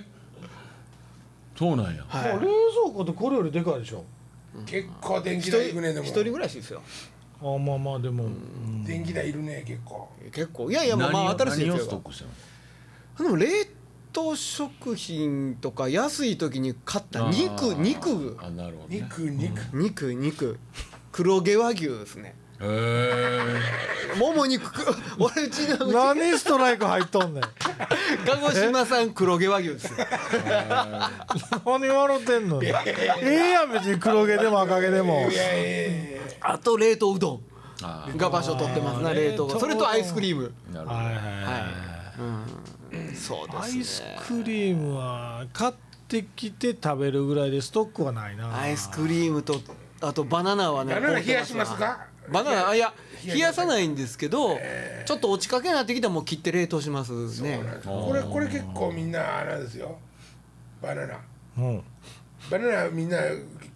Speaker 4: えそうなんや
Speaker 3: はい
Speaker 2: もう冷蔵庫ってこれよりでかいでしょ
Speaker 1: 結構電気
Speaker 3: 一
Speaker 1: 代いくね
Speaker 3: 人
Speaker 1: でも
Speaker 3: 一人暮らしですよ
Speaker 2: あーまあまあでも
Speaker 1: 電気代いるね結構
Speaker 3: 結構いやいやまあまあ
Speaker 4: 何を
Speaker 3: 新しいで
Speaker 4: 何を
Speaker 3: す
Speaker 4: スト
Speaker 3: よ
Speaker 4: ックしてる
Speaker 3: でも冷凍食品とか安い時に買った
Speaker 4: の
Speaker 3: 肉
Speaker 4: あー
Speaker 3: 肉
Speaker 4: あなるほどね
Speaker 1: 肉肉
Speaker 3: 肉肉黒毛和牛ですね
Speaker 4: へえ
Speaker 3: もも肉く俺うちのうち
Speaker 2: 何ストライク入っとん ねん
Speaker 3: 鹿児島産黒毛和牛ですよ
Speaker 2: 何笑ってんのええやん別に黒毛でも赤毛でも
Speaker 1: いやいやいや
Speaker 3: あと冷凍うどん
Speaker 4: あ
Speaker 3: が場所取ってますな
Speaker 2: あー
Speaker 3: 冷凍が
Speaker 2: 冷凍
Speaker 3: それとアイスクリーム
Speaker 4: あなるほど
Speaker 2: はいはい
Speaker 3: は
Speaker 2: はいい、
Speaker 3: うん、そうで
Speaker 2: アイ
Speaker 3: す
Speaker 2: ス
Speaker 3: ね
Speaker 2: クリームは買ってきて食べるぐらいでストックはないな
Speaker 3: アイスクリームとあとバナナはね
Speaker 1: バナナ
Speaker 3: 凍って
Speaker 1: 冷やしますか
Speaker 3: バナナあいや
Speaker 1: 冷や
Speaker 3: 冷やさないんですけどちょっと落ちかけになってきたらもう切って冷凍しますね
Speaker 1: これこれ結構みんなあれなんですよバナナ
Speaker 2: うん
Speaker 1: バナナみんな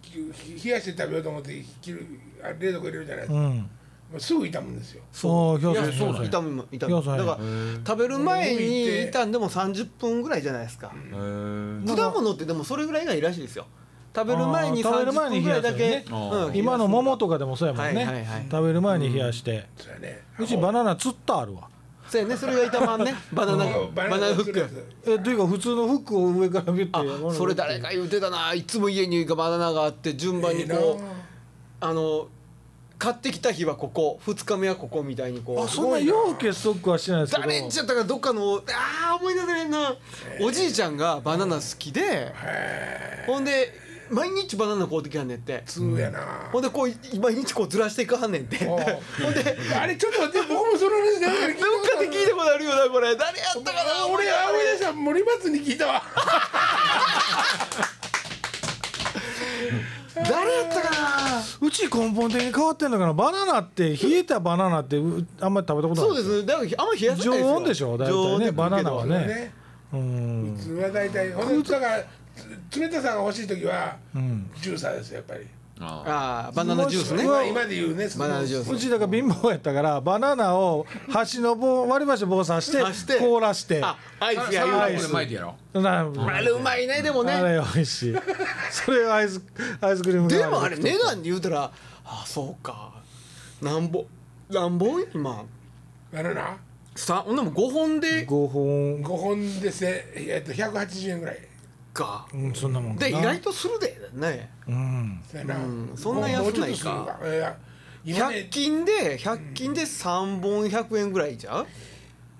Speaker 1: ひ冷やして食べようと思って切るあ冷蔵庫入れるじゃないです
Speaker 2: う
Speaker 1: か、
Speaker 2: ん
Speaker 1: もうすぐ炒むんですよ
Speaker 2: そうひょうさん
Speaker 4: いやそうなんや
Speaker 2: ひょ
Speaker 3: 炒
Speaker 2: う
Speaker 3: めも
Speaker 2: いやそ
Speaker 3: 炒
Speaker 2: う
Speaker 3: め
Speaker 2: や
Speaker 3: だから食べる前に炒んでも30分ぐらいじゃないですか
Speaker 2: さん
Speaker 3: 果物ってでもそれぐらいがいいらしいですよ食べる前に
Speaker 2: あー食べる
Speaker 3: 30
Speaker 2: 前に
Speaker 3: 分ぐらいだ
Speaker 2: 冷や
Speaker 3: け
Speaker 2: す、
Speaker 4: よね
Speaker 3: う ん
Speaker 2: 今の桃とかでもそうやもんね、
Speaker 3: はいはいはい
Speaker 2: 食べる前に冷やして、
Speaker 1: そうやね
Speaker 2: うちバナナつったあるわ
Speaker 3: そうやねそれが炒まんねバナナ
Speaker 1: もう
Speaker 3: バナナフッ
Speaker 1: 釣るや
Speaker 3: ク
Speaker 1: つ
Speaker 2: えというか普通のフックを上からビュッて
Speaker 3: あ
Speaker 2: バナナフック
Speaker 3: それ誰か言うてたないつも家にバナナがあって順番に
Speaker 1: いい
Speaker 3: こう
Speaker 1: な
Speaker 3: あの買ってきた日はここ2日目はここみたいにこ
Speaker 2: あ
Speaker 3: う
Speaker 2: そんなよう結束はしてないですけど
Speaker 3: 誰んちゃったかどっかのあー思い出せれんなおじいちゃんがバナナ好きでほんで毎日バナナ買うてきはんねんって
Speaker 1: 通やな、
Speaker 3: ほんでこう毎日こうずらしていかはんねんってほん
Speaker 1: おう
Speaker 3: で
Speaker 1: あれちょっと待って僕もその話なんか聞いた
Speaker 3: ど
Speaker 1: こ
Speaker 3: っか
Speaker 1: とあ
Speaker 3: で
Speaker 1: る
Speaker 3: 聞いたことあるよなこれ誰やったかな
Speaker 1: 俺
Speaker 3: あ
Speaker 1: 思い出した森松に聞いたわ
Speaker 3: 誰やったかな
Speaker 2: うち根本的に変わってんのかなバナナって冷えたバナナってうあんまり食べたことない
Speaker 3: そうですねだからあんま冷やさないですよ
Speaker 2: 常温でしょ大
Speaker 3: 常
Speaker 2: 体
Speaker 3: 温
Speaker 2: ね
Speaker 3: で食うけど
Speaker 2: バナナはね
Speaker 1: ね
Speaker 2: うん
Speaker 1: 普通は大体ほんでだからつ冷たさが欲しい時は、ジューサーですよやっぱり
Speaker 4: あ
Speaker 3: あーバナナジュースね
Speaker 1: 今今で言うね
Speaker 3: バナナジュース
Speaker 2: うちだから貧乏やったからバナナを端の棒割り箸の棒刺して
Speaker 3: 刺して
Speaker 2: 凍らして
Speaker 3: あアイス
Speaker 4: あ
Speaker 3: や
Speaker 4: こ
Speaker 2: ア
Speaker 4: れ
Speaker 2: イス
Speaker 4: 巻いてやろ
Speaker 2: な
Speaker 3: あれうまいねでもね
Speaker 2: あれ美味しいそれをアイスアイスクリーム
Speaker 3: で
Speaker 2: 代
Speaker 3: も
Speaker 2: わ
Speaker 3: あ
Speaker 2: り
Speaker 3: れ
Speaker 2: に
Speaker 3: 値段で言うたらあそうかなんぼなんぼ今
Speaker 1: バナナ
Speaker 3: さほんでも5本で
Speaker 2: 5本
Speaker 1: 5本でせ、えっと、180円ぐらい
Speaker 3: か
Speaker 2: うんそんなもんか
Speaker 3: で意
Speaker 2: な
Speaker 3: 外とするでね
Speaker 2: うん
Speaker 1: そやな
Speaker 3: うんそんな安ないか
Speaker 1: もうちょっとするいや今
Speaker 3: 100
Speaker 1: ね
Speaker 3: 均で100均で3本100円ぐらいじゃん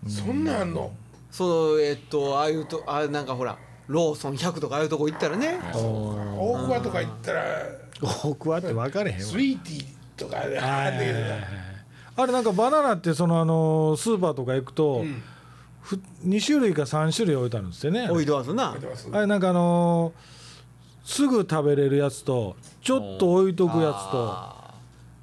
Speaker 1: そんなんあんの
Speaker 3: そのえっとああいうとあなんかほらローソン100とかああいうとこ行ったらね
Speaker 1: 大久保とか行ったら
Speaker 2: 僕はって分かれへんわ
Speaker 1: スイーティーとかある
Speaker 2: はい
Speaker 1: んだけどな
Speaker 2: あれなんかバナナってそのあのスーパーとか行くと、ふ2種類か3種類置いてあるんですよね
Speaker 3: おいどわすな
Speaker 1: 出ます
Speaker 2: あれなんかあのーすぐ食べれるやつとちょっと置いとくやつと
Speaker 3: あ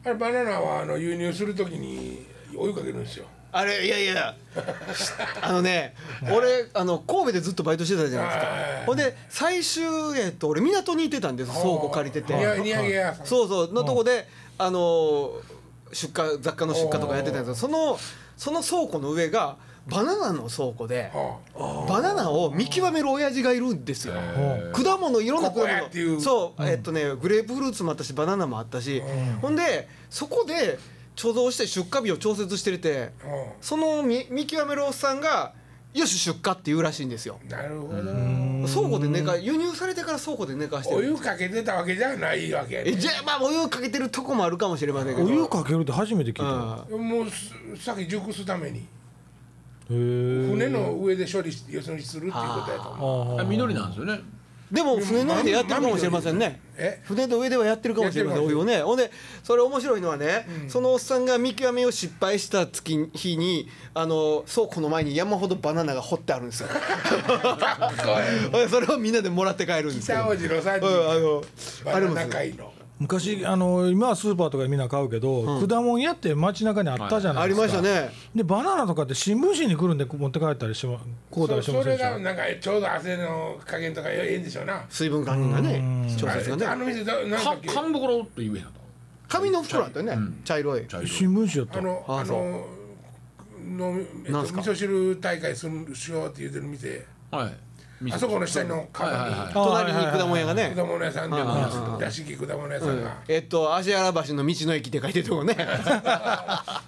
Speaker 1: あれバナナはあの輸入するときにお湯かけるんですよ
Speaker 3: ーあれいやいや あのね俺あの神戸でずっとバイトしてたじゃないです
Speaker 1: は
Speaker 3: か
Speaker 1: い
Speaker 3: ほんで最終えっと俺港にいてたんです倉庫借りてて
Speaker 1: いや荷上げ屋さん
Speaker 3: そうそうのとこで、あのー出荷雑貨の出荷とかやってたんですけどそのその倉庫の上がバナナの倉庫で
Speaker 1: は
Speaker 3: バナナを見極める親父がいるんですよ。果物いろんな
Speaker 1: こ
Speaker 3: 果
Speaker 1: こやっていう
Speaker 3: 物そう、えっとねグレープフルーツもあったしバナナもあったし、ほんでそこで貯蔵して出荷日を調節してて
Speaker 1: あは
Speaker 3: その見見極めるおっさんが「よし出荷」って言うらしいんですよ
Speaker 1: あなるほど
Speaker 3: 倉庫で寝か輸入されてから倉庫で寝かして
Speaker 1: お
Speaker 3: る
Speaker 1: 湯かけてたわけじゃないわけや
Speaker 3: え
Speaker 1: ね
Speaker 3: じゃあまあお湯かけてるとこもあるかもしれませんけど
Speaker 2: お湯かけるって初めて聞いた
Speaker 3: うん
Speaker 2: わ、
Speaker 1: もうす先熟すために
Speaker 2: へー
Speaker 1: 船の上で処理し要するにするっていうことやと
Speaker 2: あ
Speaker 1: 思う
Speaker 2: ー
Speaker 4: あ緑なんですよね
Speaker 3: でも船の上でやってるかもしれませんね
Speaker 1: え
Speaker 3: 船の上ではやってるかもしれませ
Speaker 1: や
Speaker 3: ん
Speaker 1: っ
Speaker 3: お
Speaker 1: て
Speaker 3: 湯
Speaker 1: る
Speaker 3: をねほんでそれ面白いのはね、そのおっさんが見極めを失敗した月日にあの倉庫の前に山ほどバナナが掘ってあるんですよ それをみんなでもらって帰るんですよ
Speaker 1: 北王子の三
Speaker 3: う
Speaker 1: 人
Speaker 3: んあの
Speaker 1: バ
Speaker 3: あれ
Speaker 1: ナ
Speaker 3: も
Speaker 1: ナ界の
Speaker 2: 昔あの今はスーパーとかでみんな買うけど、果物屋って街中にあったじゃな
Speaker 3: あ
Speaker 2: い
Speaker 3: り
Speaker 2: ですか、
Speaker 3: ましたね
Speaker 2: でバナナとかって新聞紙にくるんで持って帰ったりしまこうた
Speaker 1: そ
Speaker 2: りしま
Speaker 1: そ
Speaker 2: せん
Speaker 1: れ
Speaker 2: でし
Speaker 1: が
Speaker 2: た
Speaker 1: なんかちょうど汗の加減とかええんでしょうな
Speaker 3: 水分管理がね調
Speaker 1: あ
Speaker 3: 節が
Speaker 1: れあ
Speaker 3: ね
Speaker 1: の店どなんだ
Speaker 4: か
Speaker 1: っけ
Speaker 4: 缶袋って言えへんの
Speaker 3: 紙の袋あったよね、茶色い
Speaker 4: 茶色
Speaker 2: 新聞紙やった
Speaker 1: あのあ
Speaker 3: あそう
Speaker 1: ののえっと
Speaker 3: なん
Speaker 1: 味
Speaker 3: すか
Speaker 1: 噌汁大会するしようって言ってる店
Speaker 4: はい
Speaker 1: あそこの下の
Speaker 4: はいはいは
Speaker 1: 看
Speaker 4: い
Speaker 3: 隣に果物屋がね、
Speaker 1: 板に果物屋さんで
Speaker 3: あ
Speaker 1: も出し切果物屋さんが
Speaker 3: えっと芦原橋の道の駅って書いてると こね
Speaker 4: 父さ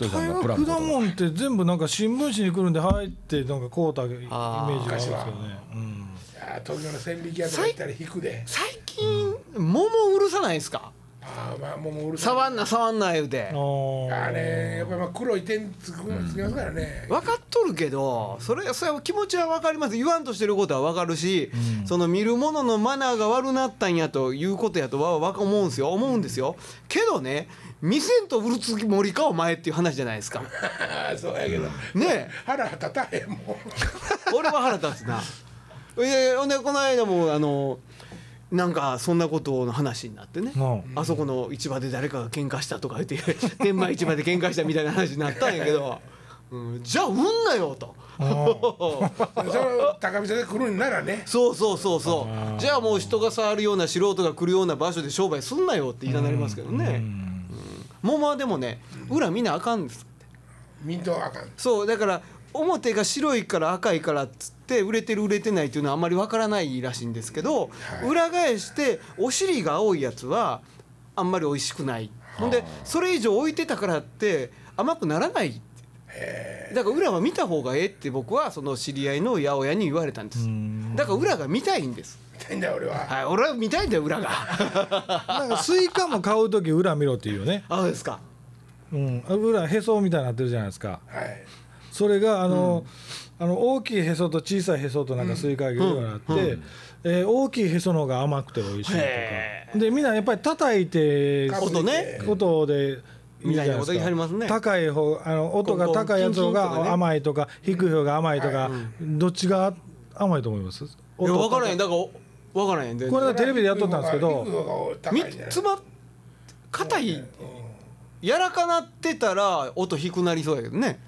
Speaker 2: 台
Speaker 4: んが
Speaker 2: 湾
Speaker 4: プラン
Speaker 2: 果物って全部なんか新聞紙にくるんで入ってなんかこうたイメージがあるんですけどね、うん、
Speaker 1: あー東京の千匹屋とか行ったら引くで
Speaker 3: 最近桃うるさないですか
Speaker 1: あーまあもうもううるさい
Speaker 3: 触んな触んな言うて
Speaker 2: あー
Speaker 1: あれやっぱまあ黒い点つくつきますからね
Speaker 3: 分かっとるけどそれそれは気持ちは分かります言わんとしてることは分かるし、その見るもののマナーが悪なったんやということやとはわ思うんですよ思うんですよけどね見せんと売るつもりかお前っていう話じゃな いですか
Speaker 1: あーそうやけど
Speaker 3: ねえ
Speaker 1: 腹立たへんも ん
Speaker 3: 俺は腹立つな。いやいやほんでこの間もあのなんかそんなことの話になってね、
Speaker 2: うん
Speaker 3: あそこ の市場で誰かが喧嘩したとか言って天満市場で喧嘩したみたいな話になったんやけどうんじゃあ売んなよと
Speaker 1: それ 高見さんで来るんならね
Speaker 3: そうそうそうそうじゃあもう人が触るような素人が来るような場所で商売すんなよって言いたなりますけどねもうまあでもね裏見なあかんんです
Speaker 1: ミントはあかん
Speaker 3: そうだから表が白いから赤いからっつって売れてる売れてないっていうのはあんまりわからないらしいんですけど、
Speaker 1: はい
Speaker 3: 裏返してお尻が青いやつはあんまり美味しくない、ほんでそれ以上置いてたからって甘くならないってだから裏は見た方がええって僕はその知り合いの八百屋に言われたんです
Speaker 2: うん
Speaker 3: だから裏が見たいんです
Speaker 1: みたいんだ俺は
Speaker 3: はい俺は見たいんだよ 裏が
Speaker 2: なんかスイカも買う時裏見ろっていうね、
Speaker 3: あそうですか
Speaker 2: うん、裏へそみたいになってるじゃないですか
Speaker 1: はい
Speaker 2: それがあの、あの大きいへそと小さいへそとなんかスイカ揚げとかがあって、えー大きいへその方が甘くて美味しいと
Speaker 3: へ
Speaker 2: かでみんなやっぱり叩いて
Speaker 1: かぶ
Speaker 3: 音ね
Speaker 2: 音で言うじゃない
Speaker 3: みたいなこと言
Speaker 2: で
Speaker 3: い張りますす
Speaker 2: か
Speaker 3: ね
Speaker 2: 高い方あの音が高いやつの
Speaker 3: コンコンキンキンとかね
Speaker 2: が甘いとか低い方が甘いとか
Speaker 1: は
Speaker 2: どっちが甘いと思います
Speaker 3: いや
Speaker 2: 音
Speaker 3: 分からへんだから分からへん全
Speaker 2: これ
Speaker 3: 然
Speaker 2: だテレビでやっとったんですけど
Speaker 1: 行く方が高いんじゃ
Speaker 3: 三
Speaker 1: ない
Speaker 3: つま硬いやらかなってたら音低くなりそうやけどね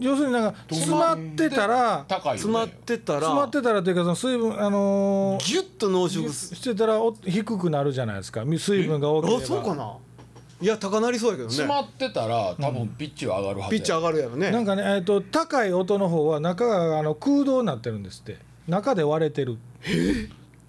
Speaker 2: 要するになんか詰まってたら
Speaker 4: 高いよ
Speaker 3: 詰
Speaker 4: ね
Speaker 3: まってたら
Speaker 2: 詰まってたらというかその水分あのー
Speaker 3: ギュッと濃縮す
Speaker 2: してたらお低くなるじゃないですかみ水分が多ければ
Speaker 3: あそうかないや高なりそうやけど
Speaker 4: 詰
Speaker 3: ね
Speaker 4: まってたら多分ピッチは上がるはず
Speaker 3: ピッチ上
Speaker 4: ー
Speaker 3: がるやろね
Speaker 2: なんかね、えー、と高い音の方は中があの空洞になってるんですって中で割れてる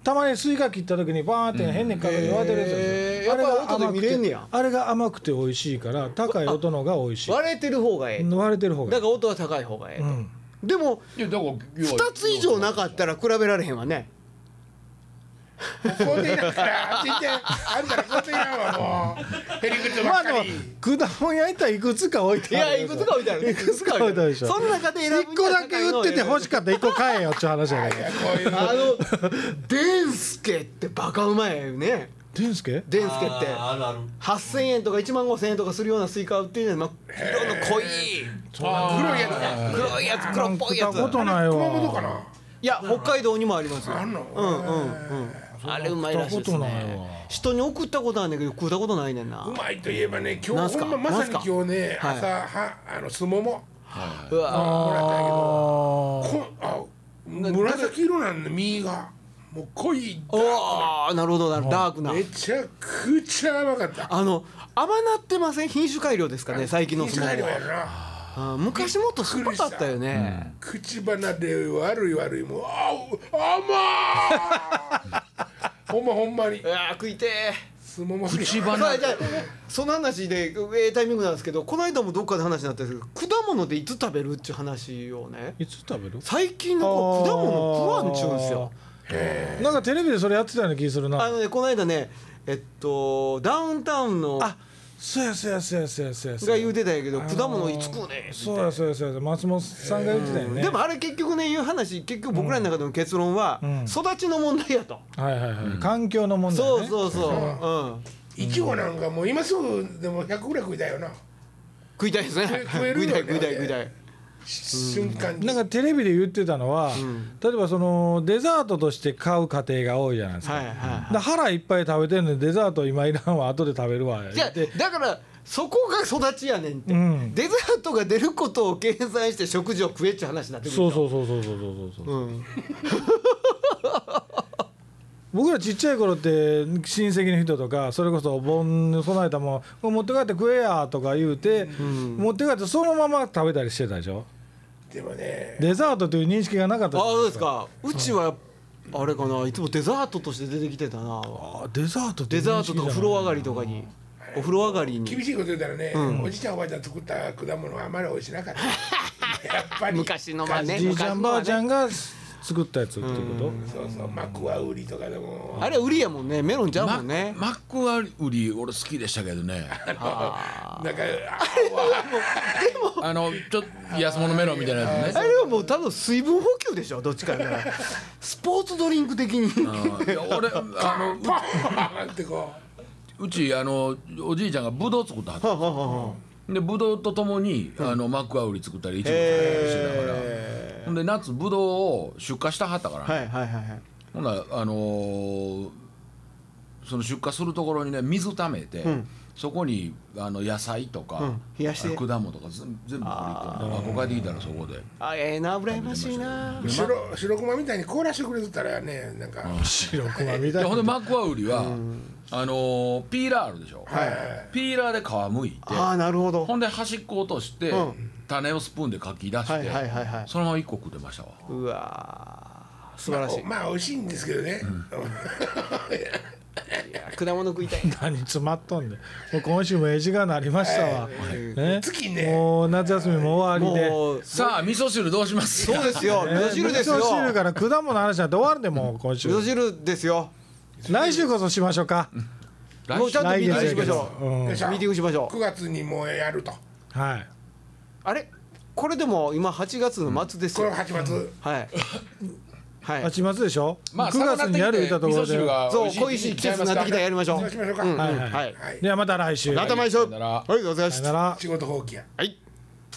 Speaker 2: たまにスイカ切った時にバーンって変な角に割れてるやつですよ
Speaker 3: へーやっぱり音で見れんねや
Speaker 2: あれが甘くてあれが甘くて美味しいから高い音の方が美味しい
Speaker 3: 割れてる方がええ
Speaker 2: うん割れてる方が
Speaker 3: だ
Speaker 2: い
Speaker 3: から音は高い方がえ
Speaker 2: い、
Speaker 3: え
Speaker 2: う
Speaker 3: と
Speaker 2: ん、
Speaker 3: でも
Speaker 4: いやだから
Speaker 3: 2つ以上なかったら比べられへんわね
Speaker 1: ここでいらんからあっち行ってあんたらここでいらんわもうへりくつ
Speaker 2: ま
Speaker 1: ば
Speaker 2: あ
Speaker 1: っ
Speaker 2: で
Speaker 1: か
Speaker 2: も
Speaker 1: り
Speaker 2: 果物屋行ったらいくつか置い
Speaker 3: い
Speaker 2: てあ
Speaker 3: や
Speaker 2: る
Speaker 3: いくつか置いてあるねいくつか
Speaker 2: 置いてあるでしょ
Speaker 3: その中で選ぶ
Speaker 2: 1個だけ売ってて欲しかった1個買えよっちゅう話やね
Speaker 1: いやこういう
Speaker 3: あのデンスケってバカうまいよね
Speaker 2: デンスケ
Speaker 3: デンスケって
Speaker 5: あーあるある
Speaker 3: 8,000円とか1万5,000円とかするようなスイカ売ってるじゃん、まあ、色の濃い
Speaker 1: 黒いやつだ
Speaker 3: 黒いやつ黒っぽいや
Speaker 2: 食
Speaker 3: つ
Speaker 2: ったことないわ
Speaker 1: 熊本かな。
Speaker 3: いや北海道にもありますよ
Speaker 1: あんの
Speaker 3: うんうんうんあれうまいらしいです
Speaker 2: 食ったことないわ
Speaker 3: ね人に送ったことあるんだけど食ったことないねんな
Speaker 1: うまいといえばね、今
Speaker 3: なん
Speaker 1: 日
Speaker 3: す
Speaker 1: ほ
Speaker 3: か
Speaker 1: んままさに
Speaker 3: なんすか
Speaker 1: 今日ね、
Speaker 3: はい
Speaker 1: 朝はあのすもも
Speaker 3: うわ
Speaker 1: もらったんやけど、
Speaker 2: あー
Speaker 1: こんあ紫色なんだ実がもう濃い
Speaker 3: おーなるほどなダークな
Speaker 1: めちゃくちゃ甘かった。
Speaker 3: あの甘なってません品種改良ですかね最近のス
Speaker 1: 品
Speaker 3: モ
Speaker 1: 種
Speaker 3: ー
Speaker 1: 改良
Speaker 3: は
Speaker 1: やな。
Speaker 3: あー昔もっと酸っぱかったよね、
Speaker 1: 口鼻で悪い悪いもうあ甘い。ほんまほんまに
Speaker 3: うわー食いてー
Speaker 1: すもも好き
Speaker 4: 口
Speaker 3: そ
Speaker 4: 鼻
Speaker 3: うじゃあその話でええタイミングなんですけどこの間もどっかで話になったんですけど果物でいつ食べるっちゅう話をね
Speaker 2: いつ食べる
Speaker 3: 最近の子果物食わんちゅうんですよ
Speaker 2: なんかテレビでそれやってたような気する
Speaker 3: あ
Speaker 2: な
Speaker 3: のねこの間ねえっとダウンタウンのが
Speaker 2: そうやそうやそうやそうやそうや
Speaker 3: 言うてたんやけ
Speaker 2: あ
Speaker 3: ど
Speaker 2: のー
Speaker 3: 果物いつ食うねん
Speaker 2: そうやそうやそうや松本さんが言ってたよね
Speaker 3: でもあれ結局ねいう話結局僕らの中での結論は
Speaker 2: うん
Speaker 3: 育ちの問題やと
Speaker 2: はいはいはい環境の問題
Speaker 3: そう
Speaker 2: ね
Speaker 3: そうそううん
Speaker 1: いちごなんかもう今すぐでも100ぐらい食いたいよな。
Speaker 3: 食いたいですね
Speaker 1: 食え
Speaker 3: 食
Speaker 1: る
Speaker 3: い
Speaker 1: よ
Speaker 3: た
Speaker 1: ね
Speaker 3: い食いたい食いたい
Speaker 1: 瞬間に。
Speaker 2: なんかテレビで言ってたのは例えばそのデザートとして買う家庭が多いじゃないです
Speaker 3: はい
Speaker 2: か
Speaker 3: はい
Speaker 2: で腹いっぱい食べてんのにデザート今いらんわ後で食べるわ
Speaker 3: いや
Speaker 2: 言って
Speaker 3: だからそこが育ちやねんって、
Speaker 2: うん
Speaker 3: デザートが出ることを計算して食事を食えっちゅう話になってくる
Speaker 2: そう
Speaker 3: う
Speaker 2: そうそうそうそうそうそう、
Speaker 3: うん、
Speaker 2: 僕らちっちゃい頃って親戚の人とかそれこそ盆に備えたもんこれ持って帰って食えやとか言うて、持って帰ってそのまま食べたりしてたでしょ
Speaker 1: でもね。
Speaker 2: デザートという認識がなかった
Speaker 3: あ
Speaker 2: じゃな
Speaker 3: あ
Speaker 2: い
Speaker 3: そうですかうちはあれかないつもデザートとして出てきてたな
Speaker 2: あデザートって
Speaker 3: デザートとか風呂上が
Speaker 2: り
Speaker 3: りとかにお風呂上がりに
Speaker 1: 厳しいこと言うたらね、おじいちゃんおばあちゃん作った果物はあまり美味しなかったやっぱり
Speaker 3: 昔のはね
Speaker 2: じいちゃんばあちゃ
Speaker 3: ん
Speaker 2: んが作ったやつっていうこと
Speaker 1: そうそうマクワウリとかでも
Speaker 3: あれ売りやもんねメロンちゃうもんね、
Speaker 4: ママックは売り俺好きでしたけどね
Speaker 1: なんか
Speaker 4: あのちょっと安物メロンみたいなやつ
Speaker 3: あ
Speaker 4: ね
Speaker 3: れはもう多分水分補給でしょどっちかやからスポーツドリンク的に
Speaker 4: うんいや俺 あの
Speaker 1: パーンってこ
Speaker 4: うちあのおじいちゃんがブドウ作ったはったんですよでブドウとともにあのマックアウリ作ったりイチゴ作ったりしてたからほんで夏ブドウを出荷したはったから、
Speaker 3: はいはいはいはい
Speaker 4: ほんならあのーその出荷するところにね水ためて、そこにあの野菜とか、
Speaker 3: うん冷やして
Speaker 4: あ果物とか全全部盛り込んであここ帰ってきたらそこで
Speaker 3: あええな羨ましいな
Speaker 1: 白白熊みたいに凍らしてくれてたらやねなんか、
Speaker 2: 白熊み
Speaker 4: い
Speaker 2: たい
Speaker 4: やほんで
Speaker 2: な
Speaker 4: マクワウリは、あのーピーラーあるでしょ、
Speaker 1: はい
Speaker 4: ピーラーで皮むいて
Speaker 3: ああなるほど
Speaker 4: ほんで端っこ落として、
Speaker 3: うん
Speaker 4: 種をスプーンでかき出して、
Speaker 3: はいはいはいはい
Speaker 4: そのまま一個食ってましたわ
Speaker 3: うわー素晴らしい
Speaker 1: まあ美味しいんですけどね、
Speaker 3: いや果物食いた い
Speaker 2: 何詰まっとんでもう今週もええ時間になりましたわ、ね
Speaker 1: 月ね
Speaker 2: もう夏休みも終わりで
Speaker 3: もう
Speaker 4: さあ味噌汁どうします
Speaker 3: そうですよ味
Speaker 2: ね
Speaker 3: 噌汁ですよ
Speaker 2: 味噌汁から果物の話なんて終わるでもう今週
Speaker 3: 味噌汁ですよ
Speaker 2: 来週こそしましょうか
Speaker 4: 来
Speaker 3: もうちゃんと
Speaker 2: 来
Speaker 3: ミーティング
Speaker 2: 月
Speaker 3: しましょう
Speaker 2: うん
Speaker 1: よいしょ
Speaker 3: ミーティングしましょう
Speaker 1: 9月にもうやると
Speaker 2: はい
Speaker 3: あれこれでも今8月の末です
Speaker 1: これ
Speaker 3: よ
Speaker 1: 8月、
Speaker 3: はいはい
Speaker 2: 8月でしょ、
Speaker 4: まあ
Speaker 2: 9月にやる言うたところで
Speaker 4: 味噌汁
Speaker 2: は
Speaker 4: が
Speaker 3: そ
Speaker 4: 美
Speaker 3: う
Speaker 4: 味
Speaker 3: 恋
Speaker 4: しい
Speaker 3: しい季節になってきたらやりましょう
Speaker 1: そうしましょうか、
Speaker 3: うんうん
Speaker 2: はい
Speaker 3: はい
Speaker 1: はい
Speaker 2: ではまた来週
Speaker 3: また
Speaker 2: さ
Speaker 3: 毎週
Speaker 4: さよなら
Speaker 3: はいお疲れ様で
Speaker 2: よな
Speaker 3: した
Speaker 2: ら
Speaker 1: 仕事放棄や
Speaker 3: はい